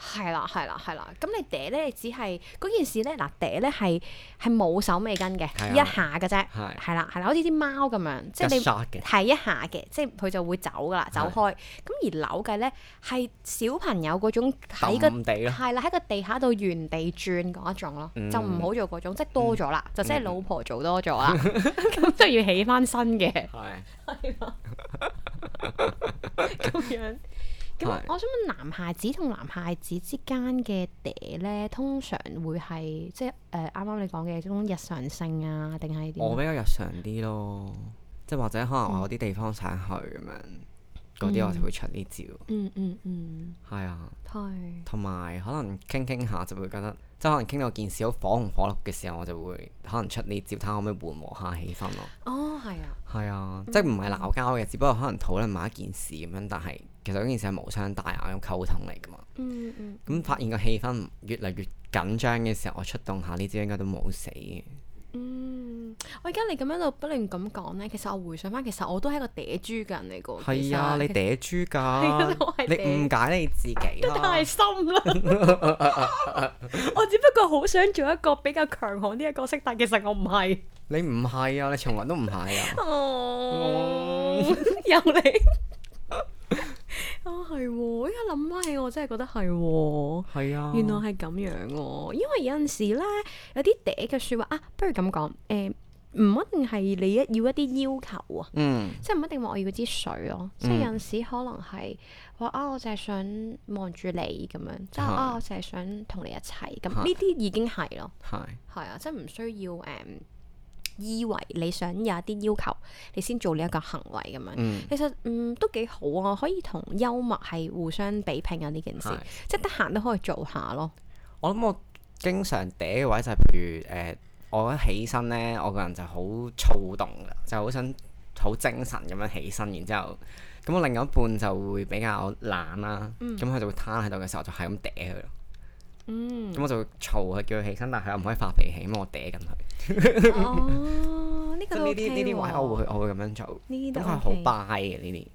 Speaker 3: 係啦，係啦，係啦。咁你嗲咧，你只係嗰件事咧，嗱嗲咧係係冇手尾跟嘅，
Speaker 2: 係啊
Speaker 3: 一下嘅啫。
Speaker 2: 係
Speaker 3: 係啦，係啦，好似啲貓咁樣，即係
Speaker 2: 一 shot 嘅
Speaker 3: 你係一下嘅，即係佢就會走噶啦，走
Speaker 2: 係
Speaker 3: 開。咁而扭嘅咧係小朋友嗰種喺個
Speaker 2: 抌地咯。
Speaker 3: 係啦，喺個地下度原地轉嗰一種咯，
Speaker 2: 嗯
Speaker 3: 就唔好做嗰種，即係多咗啦，就即係老婆做多咗啦， 咁就要起翻身嘅。
Speaker 2: 係
Speaker 3: 咁樣。咁
Speaker 2: 係
Speaker 3: 我想問男孩子同男孩子之間嘅嗲咧，通常會係即係誒啱啱你講嘅嗰種日常性啊，定係點
Speaker 2: 我
Speaker 3: 啊？
Speaker 2: 比較日常啲咯，即係或者可能我有啲地方想去咁樣，嗰啲我就會出呢招。
Speaker 3: 嗯嗯嗯，
Speaker 2: 係啊，
Speaker 3: 係
Speaker 2: 同埋可能傾傾下就會覺得，即係可能傾到件事好火紅火綠嘅時候，我就會可能出呢招，睇下可唔可以緩和下氣氛咯。
Speaker 3: 哦，係啊，
Speaker 2: 係啊，即係唔係鬧交嘅，只不過可能討論某一件事咁樣，但係其實嗰件事係無傷大雅咁溝通嚟噶嘛。
Speaker 3: 嗯嗯，
Speaker 2: 咁發現個氣氛越嚟越緊張嘅時候，我出動下呢招應該都冇死嘅。
Speaker 3: 嗯，我而家你咁樣度不斷咁講咧，其實我回想翻，其實我都係一個嗲豬嘅人嚟㗎。
Speaker 2: 係啊，你
Speaker 3: 其實
Speaker 2: 嗲豬
Speaker 3: 啊我
Speaker 2: 㗎，
Speaker 3: 係
Speaker 2: 你
Speaker 3: 嗲
Speaker 2: 誤解你自己啦
Speaker 3: 太。深 啦！ 我只不過好想做一個比較強悍啲嘅角色，但其實我唔係。
Speaker 2: 你唔係啊，你從來都唔係啊。
Speaker 3: 哦，又嚟。啊，係喎！依家諗翻起，我真係覺得係喎。
Speaker 2: 係啊，
Speaker 3: 原來係咁樣喎，因為有陣時咧，有啲嗲嘅説話啊，不如咁講，誒、唔一定係你一要一啲要求啊，
Speaker 2: 嗯
Speaker 3: 即係唔一定話我要支水咯，即係有陣時可能係話啊，我淨係想望住你咁樣，即係
Speaker 2: 係
Speaker 3: 啊，我淨係想同你一齊咁，
Speaker 2: 係
Speaker 3: 呢啲已經係咯。
Speaker 2: 係
Speaker 3: 係啊，即係唔需要誒、以為你想有一啲要求，你先做呢一個行為咁樣。
Speaker 2: 嗯
Speaker 3: 其實嗯都幾好啊，可以同幽默係互相比拼啊呢件事
Speaker 2: 係，。
Speaker 3: 即係得閒都可以做下 咯。
Speaker 2: 我諗我經常嗲嘅位就係譬如誒、呃我一起身咧，我個人就好躁動㗎，就好想好精神咁樣起身，然之後咁我另外一半就會比較懶啦，咁佢、就會攤喺度嘅時候就係咁嗲佢咯，
Speaker 3: 嗯，
Speaker 2: 咁我就會嘈佢叫佢起身，但係佢又唔可以發脾氣，咁我嗲緊佢，
Speaker 3: 哦，呢
Speaker 2: 即係呢啲呢啲位我會我會咁樣做。
Speaker 3: 呢
Speaker 2: 咁
Speaker 3: 啲都
Speaker 2: 佢係好
Speaker 3: OK
Speaker 2: buy 嘅呢啲。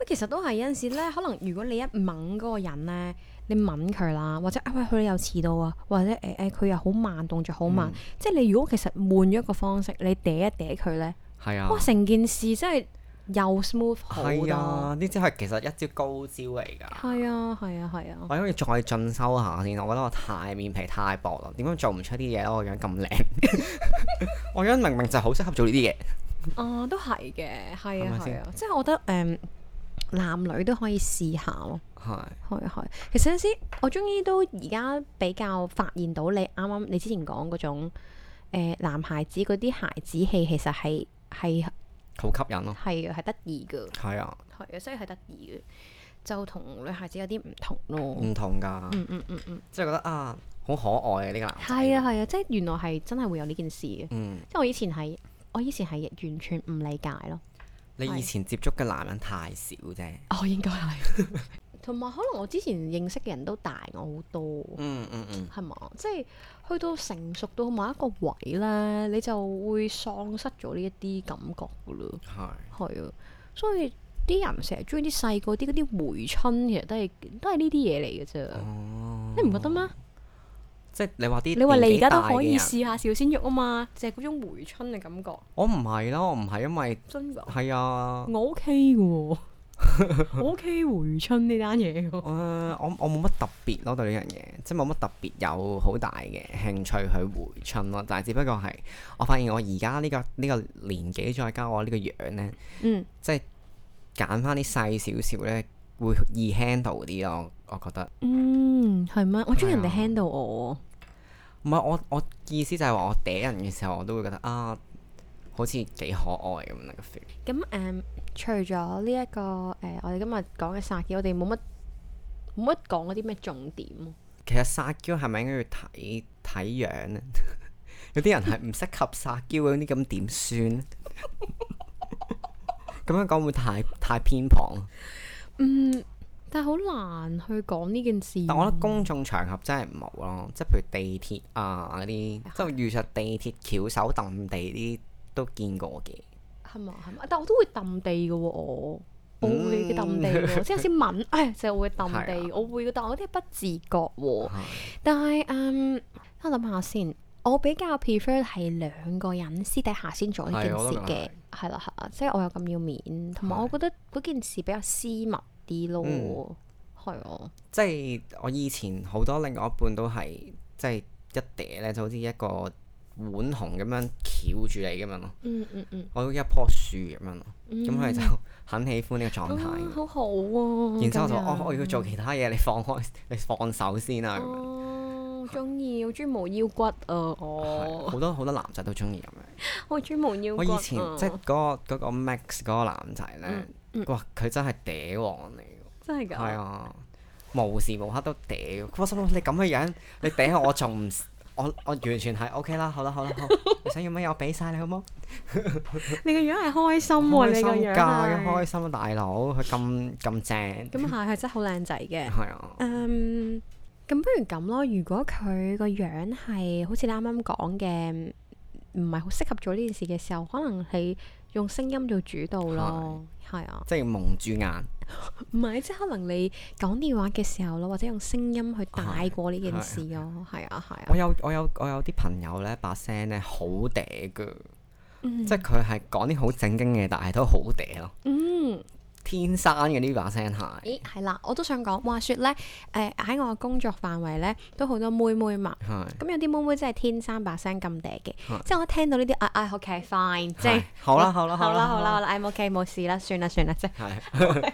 Speaker 3: 喂，其實都係有陣時咧，可能如果你一掹嗰個人咧，你掹佢啦，或者啊喂佢又遲到啊，或者誒誒佢又好慢，動作好慢，
Speaker 2: 嗯
Speaker 3: 即係你如果其實換咗一個方式，你嗲一嗲佢咧，
Speaker 2: 係啊
Speaker 3: 哇！，成件事真係又 smooth 好
Speaker 2: 係
Speaker 3: 多，
Speaker 2: 啊，呢招係其實一招高招嚟㗎。
Speaker 3: 係啊，係啊，係啊，
Speaker 2: 我應該要再進修下先，我覺得我太面皮太薄啦，點解做唔出啲嘢咧？我個樣咁靚， 我個樣明明就係好適合做呢啲嘢。
Speaker 3: 啊都係嘅，係
Speaker 2: 係咪
Speaker 3: 啊，係
Speaker 2: 先
Speaker 3: 啊，即係我覺得誒、男女都可以試下咯。
Speaker 2: 係
Speaker 3: 係係，其實有陣時我終於都而家比較發現到你啱啱你之前講嗰種、呃、男孩子嗰啲孩子氣，其實係係
Speaker 2: 好吸引咯。
Speaker 3: 係嘅係得意嘅，
Speaker 2: 係啊，
Speaker 3: 係啊，所以係得意嘅，就同女孩子有啲唔同咯。
Speaker 2: 唔同㗎，
Speaker 3: 嗯嗯嗯嗯，
Speaker 2: 即係覺得啊，好可愛嘅呢個男仔。
Speaker 3: 係啊，係啊，即係原來係真係會有呢件事嘅，
Speaker 2: 嗯，
Speaker 3: 即係我以前係我以前係完全唔理解咯。
Speaker 2: 你
Speaker 3: 係
Speaker 2: 以前接觸嘅男人太少啫。
Speaker 3: 哦，應該係，同埋可能我之前認識嘅人都大我好多。
Speaker 2: 嗯嗯嗯，
Speaker 3: 係嘛？即係去到成熟到某一個位咧，你就會喪失咗呢一啲感覺噶啦。
Speaker 2: 係。
Speaker 3: 係啊，所以啲人成日中意啲細個啲嗰啲回春，其實都係都係呢啲嘢嚟嘅啫。
Speaker 2: 哦，
Speaker 3: 你唔覺得咩？
Speaker 2: 即係你話啲
Speaker 3: 你話你
Speaker 2: 年
Speaker 3: 而
Speaker 2: 紀
Speaker 3: 家都
Speaker 2: 大
Speaker 3: 可
Speaker 2: 嘅人
Speaker 3: 以試下小鮮肉啊嘛，就係嗰種回春嘅感覺，
Speaker 2: 我唔係啦，我唔係因為
Speaker 3: 真㗎。
Speaker 2: 係啊，
Speaker 3: 我 OK 嘅 喎，我 OK 回春呢單嘢嘅喎。
Speaker 2: 誒呃我我冇乜特別咯對呢樣嘢，即係冇乜特別有好大嘅興趣去回春咯。但係只不過係我發現我而家呢個呢、個年紀再加我呢個樣呢，
Speaker 3: 嗯，
Speaker 2: 即係揀翻啲細少少呢，會易 handle 啲咯。我覺得
Speaker 3: 嗯，係咩？我中意人哋
Speaker 2: 係啊
Speaker 3: handle 我
Speaker 2: 唔係我我意思就係話我嗲人嘅時候，我都會覺得啊，好似幾可愛咁樣嘅 feel。
Speaker 3: 咁誒、嗯除咗呢一個誒、我哋今日講嘅殺機，我哋冇乜冇乜講嗰啲咩重點喎。
Speaker 2: 其實撒嬌係咪應該要睇睇樣咧？ 有啲人係唔適合撒嬌嗰啲，咁點算咧？ 咁樣講會太太偏頗。
Speaker 3: 嗯，但係好難去講呢件事。
Speaker 2: 但我覺得公眾場合真係唔好咯，即係譬如地鐵啊嗰啲，即係遇着地鐵翹手揼地啲都見過嘅。
Speaker 3: 係嘛係嘛，但我都會揼地嘅喎，我我會嘅揼地嘅喎，即係有時哎問，誒就會揼
Speaker 2: 嗯係
Speaker 3: 地，
Speaker 2: 啊
Speaker 3: 我會嘅，但我啲係不自覺喎。
Speaker 2: 係
Speaker 3: 但係嗯，我諗下先，我比較 prefer 係兩個人私底下先做呢件
Speaker 2: 係我
Speaker 3: 事
Speaker 2: 都覺得
Speaker 3: 嘅，係啦係啦，即係我又咁要面，同埋
Speaker 2: 係
Speaker 3: 我覺得嗰件事比較私密啲咯
Speaker 2: 嗯，
Speaker 3: 係啊，
Speaker 2: 即係我以前好多另外一半都係即係一嗲咧，就好似一個碗紅咁樣翹住你咁樣咯，
Speaker 3: 嗯嗯嗯，
Speaker 2: 我好似一樖樹咁樣咯。
Speaker 3: 咁
Speaker 2: 咁佢就很喜歡呢個狀態。
Speaker 3: 嗯哦好好啊，
Speaker 2: 然之後我就
Speaker 3: 咁
Speaker 2: 話
Speaker 3: 樣
Speaker 2: 哦，我要做其他嘢，你放開， 你放手先啊啦咁樣。
Speaker 3: 哦，中意，我中意無腰骨啊！
Speaker 2: 係
Speaker 3: 我
Speaker 2: 好多好多男仔都中意咁樣。
Speaker 3: 我中意無腰骨
Speaker 2: 我
Speaker 3: 啊。
Speaker 2: 以前即係嗰個嗰個 Max 嗰個男仔
Speaker 3: 嗯
Speaker 2: 咧，哇！佢真係嗲王嚟㗎，
Speaker 3: 真係㗎，
Speaker 2: 係啊，無時無刻都嗲㗎。我心諗你咁嘅樣，你嗲下我仲唔？ 我我完全係 OK 啦，好啦好啦 好，你想要乜嘢我俾晒你好冇？
Speaker 3: 你個樣係開心喎，
Speaker 2: 開
Speaker 3: 啊你
Speaker 2: 心
Speaker 3: 個
Speaker 2: 㗎，
Speaker 3: 樣係
Speaker 2: 開心啊大佬，佢咁咁正，
Speaker 3: 咁係係真係好靚仔嘅。
Speaker 2: 係啊，
Speaker 3: 嗯，咁不如咁咯。如果佢個樣係好似你啱啱講嘅，唔係好適合做呢件事嘅時候，可能係用聲音做主導咯。係啊，
Speaker 2: 即係蒙住眼。
Speaker 3: 唔係即係可能你講電話嘅時候咯，或者用聲音去帶過呢件事咯。係啊，係
Speaker 2: 我
Speaker 3: 啊，
Speaker 2: 有我有我有啲朋友咧，把聲咧好嗲噶，
Speaker 3: 嗯
Speaker 2: 即係佢係講啲好正經嘅，但係都好嗲咯。
Speaker 3: 嗯。
Speaker 2: 天生嘅呢把聲係
Speaker 3: 咦，係啦，我都想講，話説咧，誒、喺我嘅工作範圍咧，都好多妹妹嘛。
Speaker 2: 係
Speaker 3: 咁有啲妹妹真係天生把聲咁嗲嘅
Speaker 2: 係，
Speaker 3: 即係我聽到呢啲啊啊，OK fine，即係
Speaker 2: 係好啦好啦
Speaker 3: 好
Speaker 2: 好
Speaker 3: 啦
Speaker 2: 啦
Speaker 3: 好啦好啦，I'm OK 冇事啦，算啦算啦，即係
Speaker 2: 係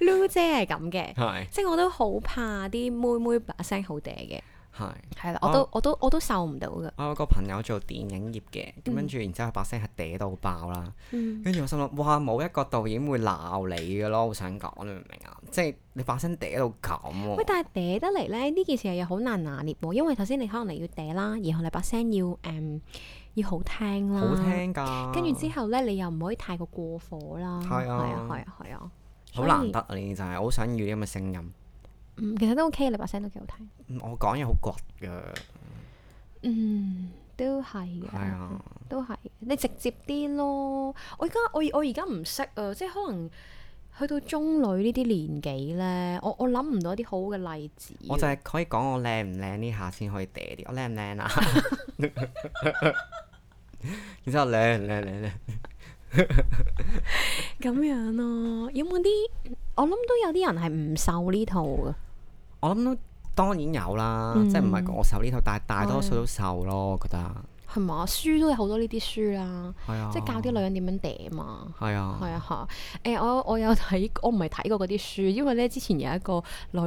Speaker 3: Lu 姐係咁嘅，
Speaker 2: 係
Speaker 3: 即係我都好怕啲妹妹把聲好嗲嘅，
Speaker 2: 係。
Speaker 3: 係啦，我都我都我都受唔到㗎。
Speaker 2: 我有個朋友做電影業嘅，咁跟住然之後佢把聲係嗲到爆啦。
Speaker 3: 嗯
Speaker 2: 跟住我心諗，哇冇一個導演會鬧你嘅咯，好想講你明唔明啊？即係你把聲嗲到咁
Speaker 3: 喂，
Speaker 2: 喎，
Speaker 3: 但係嗲得嚟咧，呢件事又好難拿捏喎，因為頭先你可能你要嗲啦，然後你把聲要誒、嗯要好聽啦，
Speaker 2: 好聽啊㗎。
Speaker 3: 啊跟住之後咧，你又唔可以太過過火啦。
Speaker 2: 係啊
Speaker 3: 係啊，係啊，係啊。
Speaker 2: 好難得啊！呢啲就係好想要啲咁嘅聲音。嗯
Speaker 3: 嗯，其實都 OK，你把聲都幾好聽。
Speaker 2: 嗯我講嘢好倔㗎，
Speaker 3: 嗯，都係嘅，
Speaker 2: 係啊，
Speaker 3: 都係。你直接啲咯。我而家我我而家唔識啊，即係可能去到中女呢啲年紀咧，我我諗唔到一啲好嘅例子。
Speaker 2: 我就係可以講我靚唔靚呢下先可以嗲啲，我靚唔靚啊？ 然之後靚唔靚靚靚，
Speaker 3: 咁樣咯、有冇啲？我諗都有啲人係唔受呢套嘅。
Speaker 2: 我諗都當然有啦，
Speaker 3: 嗯
Speaker 2: 即係唔係我瘦呢套，但係大多數都瘦咯，我覺得
Speaker 3: 係嘛？書都有好多呢啲書啦，
Speaker 2: 係啊，
Speaker 3: 即係教啲女人點樣嗲嘛。
Speaker 2: 係啊，
Speaker 3: 係啊嚇，誒、我我有睇，我唔係睇過嗰啲書，因為咧之前有一個女誒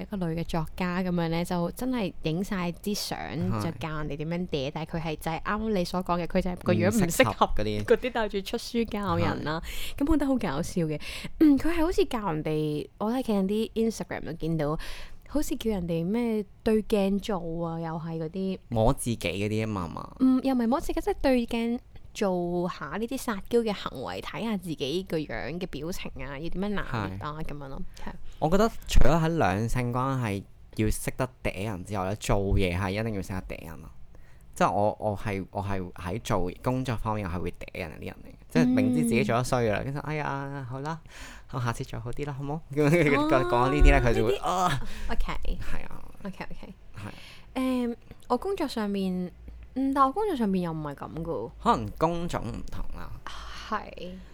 Speaker 3: 一個女嘅作家咁樣咧，就真係影晒啲相，就教人哋點樣嗲，但係佢係就係啱啱你所講嘅，佢就係個樣唔適合
Speaker 2: 嗰啲
Speaker 3: 嗰啲帶住出書教人啦，咁我覺得好搞笑嘅。嗯佢係好似教人哋，我喺睇啲 Instagram 度見到，好似叫人哋咩對鏡做啊，又係嗰啲。
Speaker 2: 摸自己嗰啲啊嘛嘛，
Speaker 3: 嗯，又唔係摸自己，即係對鏡做下呢啲撒嬌嘅行為，睇下自己個樣嘅表情啊，要點樣拿捏啊咁樣咯。係
Speaker 2: 我覺得除咗喺兩性關係要識得嗲人之外咧，做嘢係一定要識得嗲人咯。即係我我係我係喺做工作方面我係會嗲人嗰啲人嚟嘅，即係明知自己做得衰啦，跟住哎呀好啦，我下次做好啲啦，好冇？咁樣講講哦呢啲咧，佢就會啊，
Speaker 3: OK
Speaker 2: 係啊，
Speaker 3: OK OK。
Speaker 2: 係。啊
Speaker 3: 誒，我工作上面，嗯，但我工作上面又唔係咁噶喎。
Speaker 2: 可能工種唔同啦，
Speaker 3: 係。啊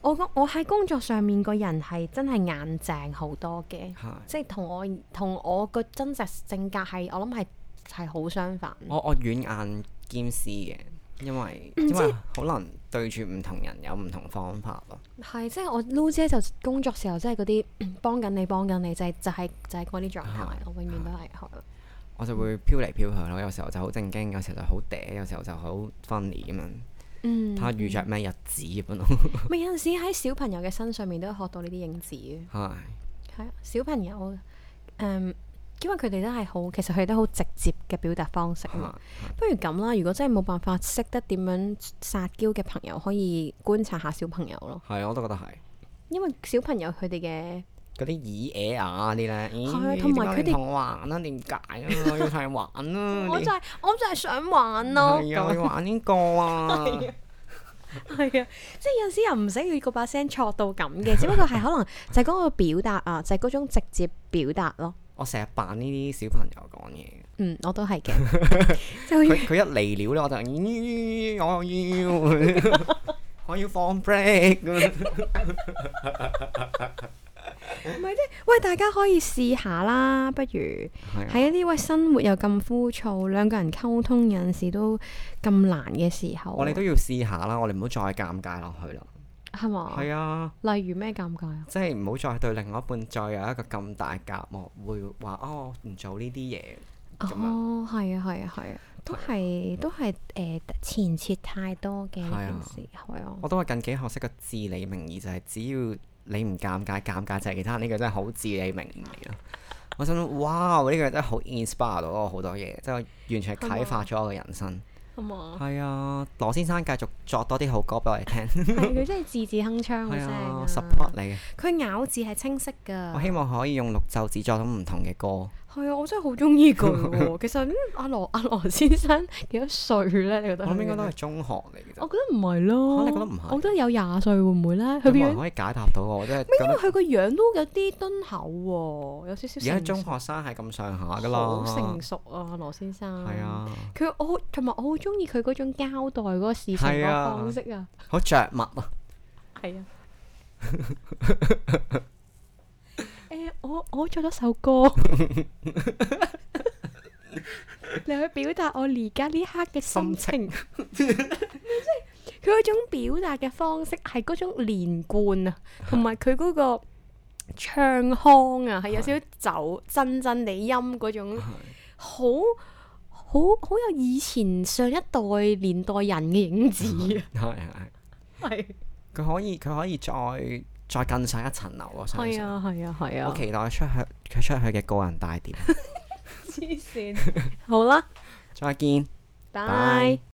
Speaker 3: 我講我喺工作上面個人係真係硬淨好多嘅，
Speaker 2: 係。
Speaker 3: 即係同我同我個真實性格係，我諗係係好相反。
Speaker 2: 我我軟硬兼施嘅，因為因為可能對住唔同人有唔同方法咯。
Speaker 3: 係，即係我 Loo 姐就工作時候，即係嗰啲 嗯幫緊你幫緊你，就係、就係、就係嗰啲狀態，我永遠都係係
Speaker 2: 我就會飄嚟飄去咯，有時候就好正經，有時候就好嗲，有時候就好 funny 咁樣，
Speaker 3: 嗯
Speaker 2: 睇，下遇着咩日子咁樣咯。
Speaker 3: 咪有陣時喺小朋友嘅身上面都學到呢啲影子嘅，
Speaker 2: 係
Speaker 3: 係啊，小朋友誒、嗯因為佢哋都係好，其實佢哋都好直接嘅表達方式啊嘛。
Speaker 2: 係
Speaker 3: 不如咁啦，如果真係冇辦法識得點樣撒嬌嘅朋友，可以觀察下小朋友咯，
Speaker 2: 係，我都覺得係
Speaker 3: 因為小朋友佢哋嘅
Speaker 2: 嗰啲耳嘢啊啲咧，
Speaker 3: 係
Speaker 2: 咦？
Speaker 3: 同埋佢哋
Speaker 2: 點解你唔同我玩啊？點解啊？我要同你玩啊！
Speaker 3: 我
Speaker 2: 你
Speaker 3: 就係、我就係想玩咯，
Speaker 2: 係啊，
Speaker 3: 咁
Speaker 2: 我要玩呢個啊！
Speaker 3: 係啊，即係有時又唔使要個把聲錯到咁嘅，只不過係可能就係嗰個表達啊，就係、嗰種直接表達咯。
Speaker 2: 我成日扮呢啲小朋友講嘢嘅，
Speaker 3: 嗯，我都係嘅， 即係好
Speaker 2: 佢
Speaker 3: 似
Speaker 2: 佢一嚟料咧，我就咦，我要 我要放 break 咁樣。
Speaker 3: 唔係即係喂，大家可以試下啦，不如
Speaker 2: 係啊
Speaker 3: 喺一啲喂生活又咁枯燥，兩個人溝通有陣時都咁難嘅時候，
Speaker 2: 我哋都要試下啦，我哋唔好再尷尬落去啦。
Speaker 3: 係嘛？
Speaker 2: 係啊。
Speaker 3: 例如咩尷尬啊？
Speaker 2: 即係唔好再對另外一半再有一個咁大隔膜，會話哦我唔做呢啲嘢。咁樣
Speaker 3: 哦，係啊，係啊，係啊，都係都係誒前設太多嘅呢
Speaker 2: 係啊
Speaker 3: 件事，係啊。
Speaker 2: 我都話近幾學識個至理名義，就係、只要你唔尷尬，尷尬就係其他人呢、個真係好至理名義啊！我心諗哇，呢、個真係好 inspire 到我好多嘢，即係我完全係啟發咗我嘅人生。
Speaker 3: 係嘛？
Speaker 2: 係啊，羅先生繼續作多啲好歌俾我哋聽。
Speaker 3: 係佢真係字字鏗鏘，好
Speaker 2: 係
Speaker 3: 正
Speaker 2: 啊
Speaker 3: 啊
Speaker 2: ，support 你嘅。
Speaker 3: 佢咬字係清晰㗎，
Speaker 2: 我希望可以用綠袖子作到唔同嘅歌。
Speaker 3: 係啊，我真係好中意佢 喎。其實嗯阿羅阿羅先生幾多哦歲咧？你覺得？
Speaker 2: 我諗應該都係，中學嚟嘅
Speaker 3: 我
Speaker 2: 啫。
Speaker 3: 覺得唔係咯。
Speaker 2: 嚇你覺得唔係
Speaker 3: 我覺得有廿歲會唔會咧？佢
Speaker 2: 有
Speaker 3: 個
Speaker 2: 冇
Speaker 3: 樣，
Speaker 2: 人
Speaker 3: 咩
Speaker 2: 可以解答到我？即係覺
Speaker 3: 因為
Speaker 2: 得
Speaker 3: 佢個樣都有啲敦厚喎，有少少
Speaker 2: 而家
Speaker 3: 成
Speaker 2: 中
Speaker 3: 熟
Speaker 2: 學生係咁上下噶啦。
Speaker 3: 好成熟啊，羅先生。
Speaker 2: 係。啊，
Speaker 3: 佢我好同埋我好中意佢嗰種交代嗰個事情嗰
Speaker 2: 係啊
Speaker 3: 個方式啊，
Speaker 2: 好着墨啊，
Speaker 3: 係啊。 誒，我我做咗首 歌，你去表達我而家呢刻嘅心情。佢嗰種表達嘅方式係嗰種連貫啊，同埋佢嗰個唱腔啊，係有少少走震震地音嗰種，好好好有以前上一代年代人嘅影子
Speaker 2: 係係，
Speaker 3: 啊，係
Speaker 2: 佢可以佢可以再再更上一層樓，我相
Speaker 3: 係
Speaker 2: 信。
Speaker 3: 啊係啊係啊
Speaker 2: 我，期待出去佢出去嘅個人大碟。
Speaker 3: 黐線，好啦，
Speaker 2: 再見。
Speaker 3: 拜
Speaker 2: 拜。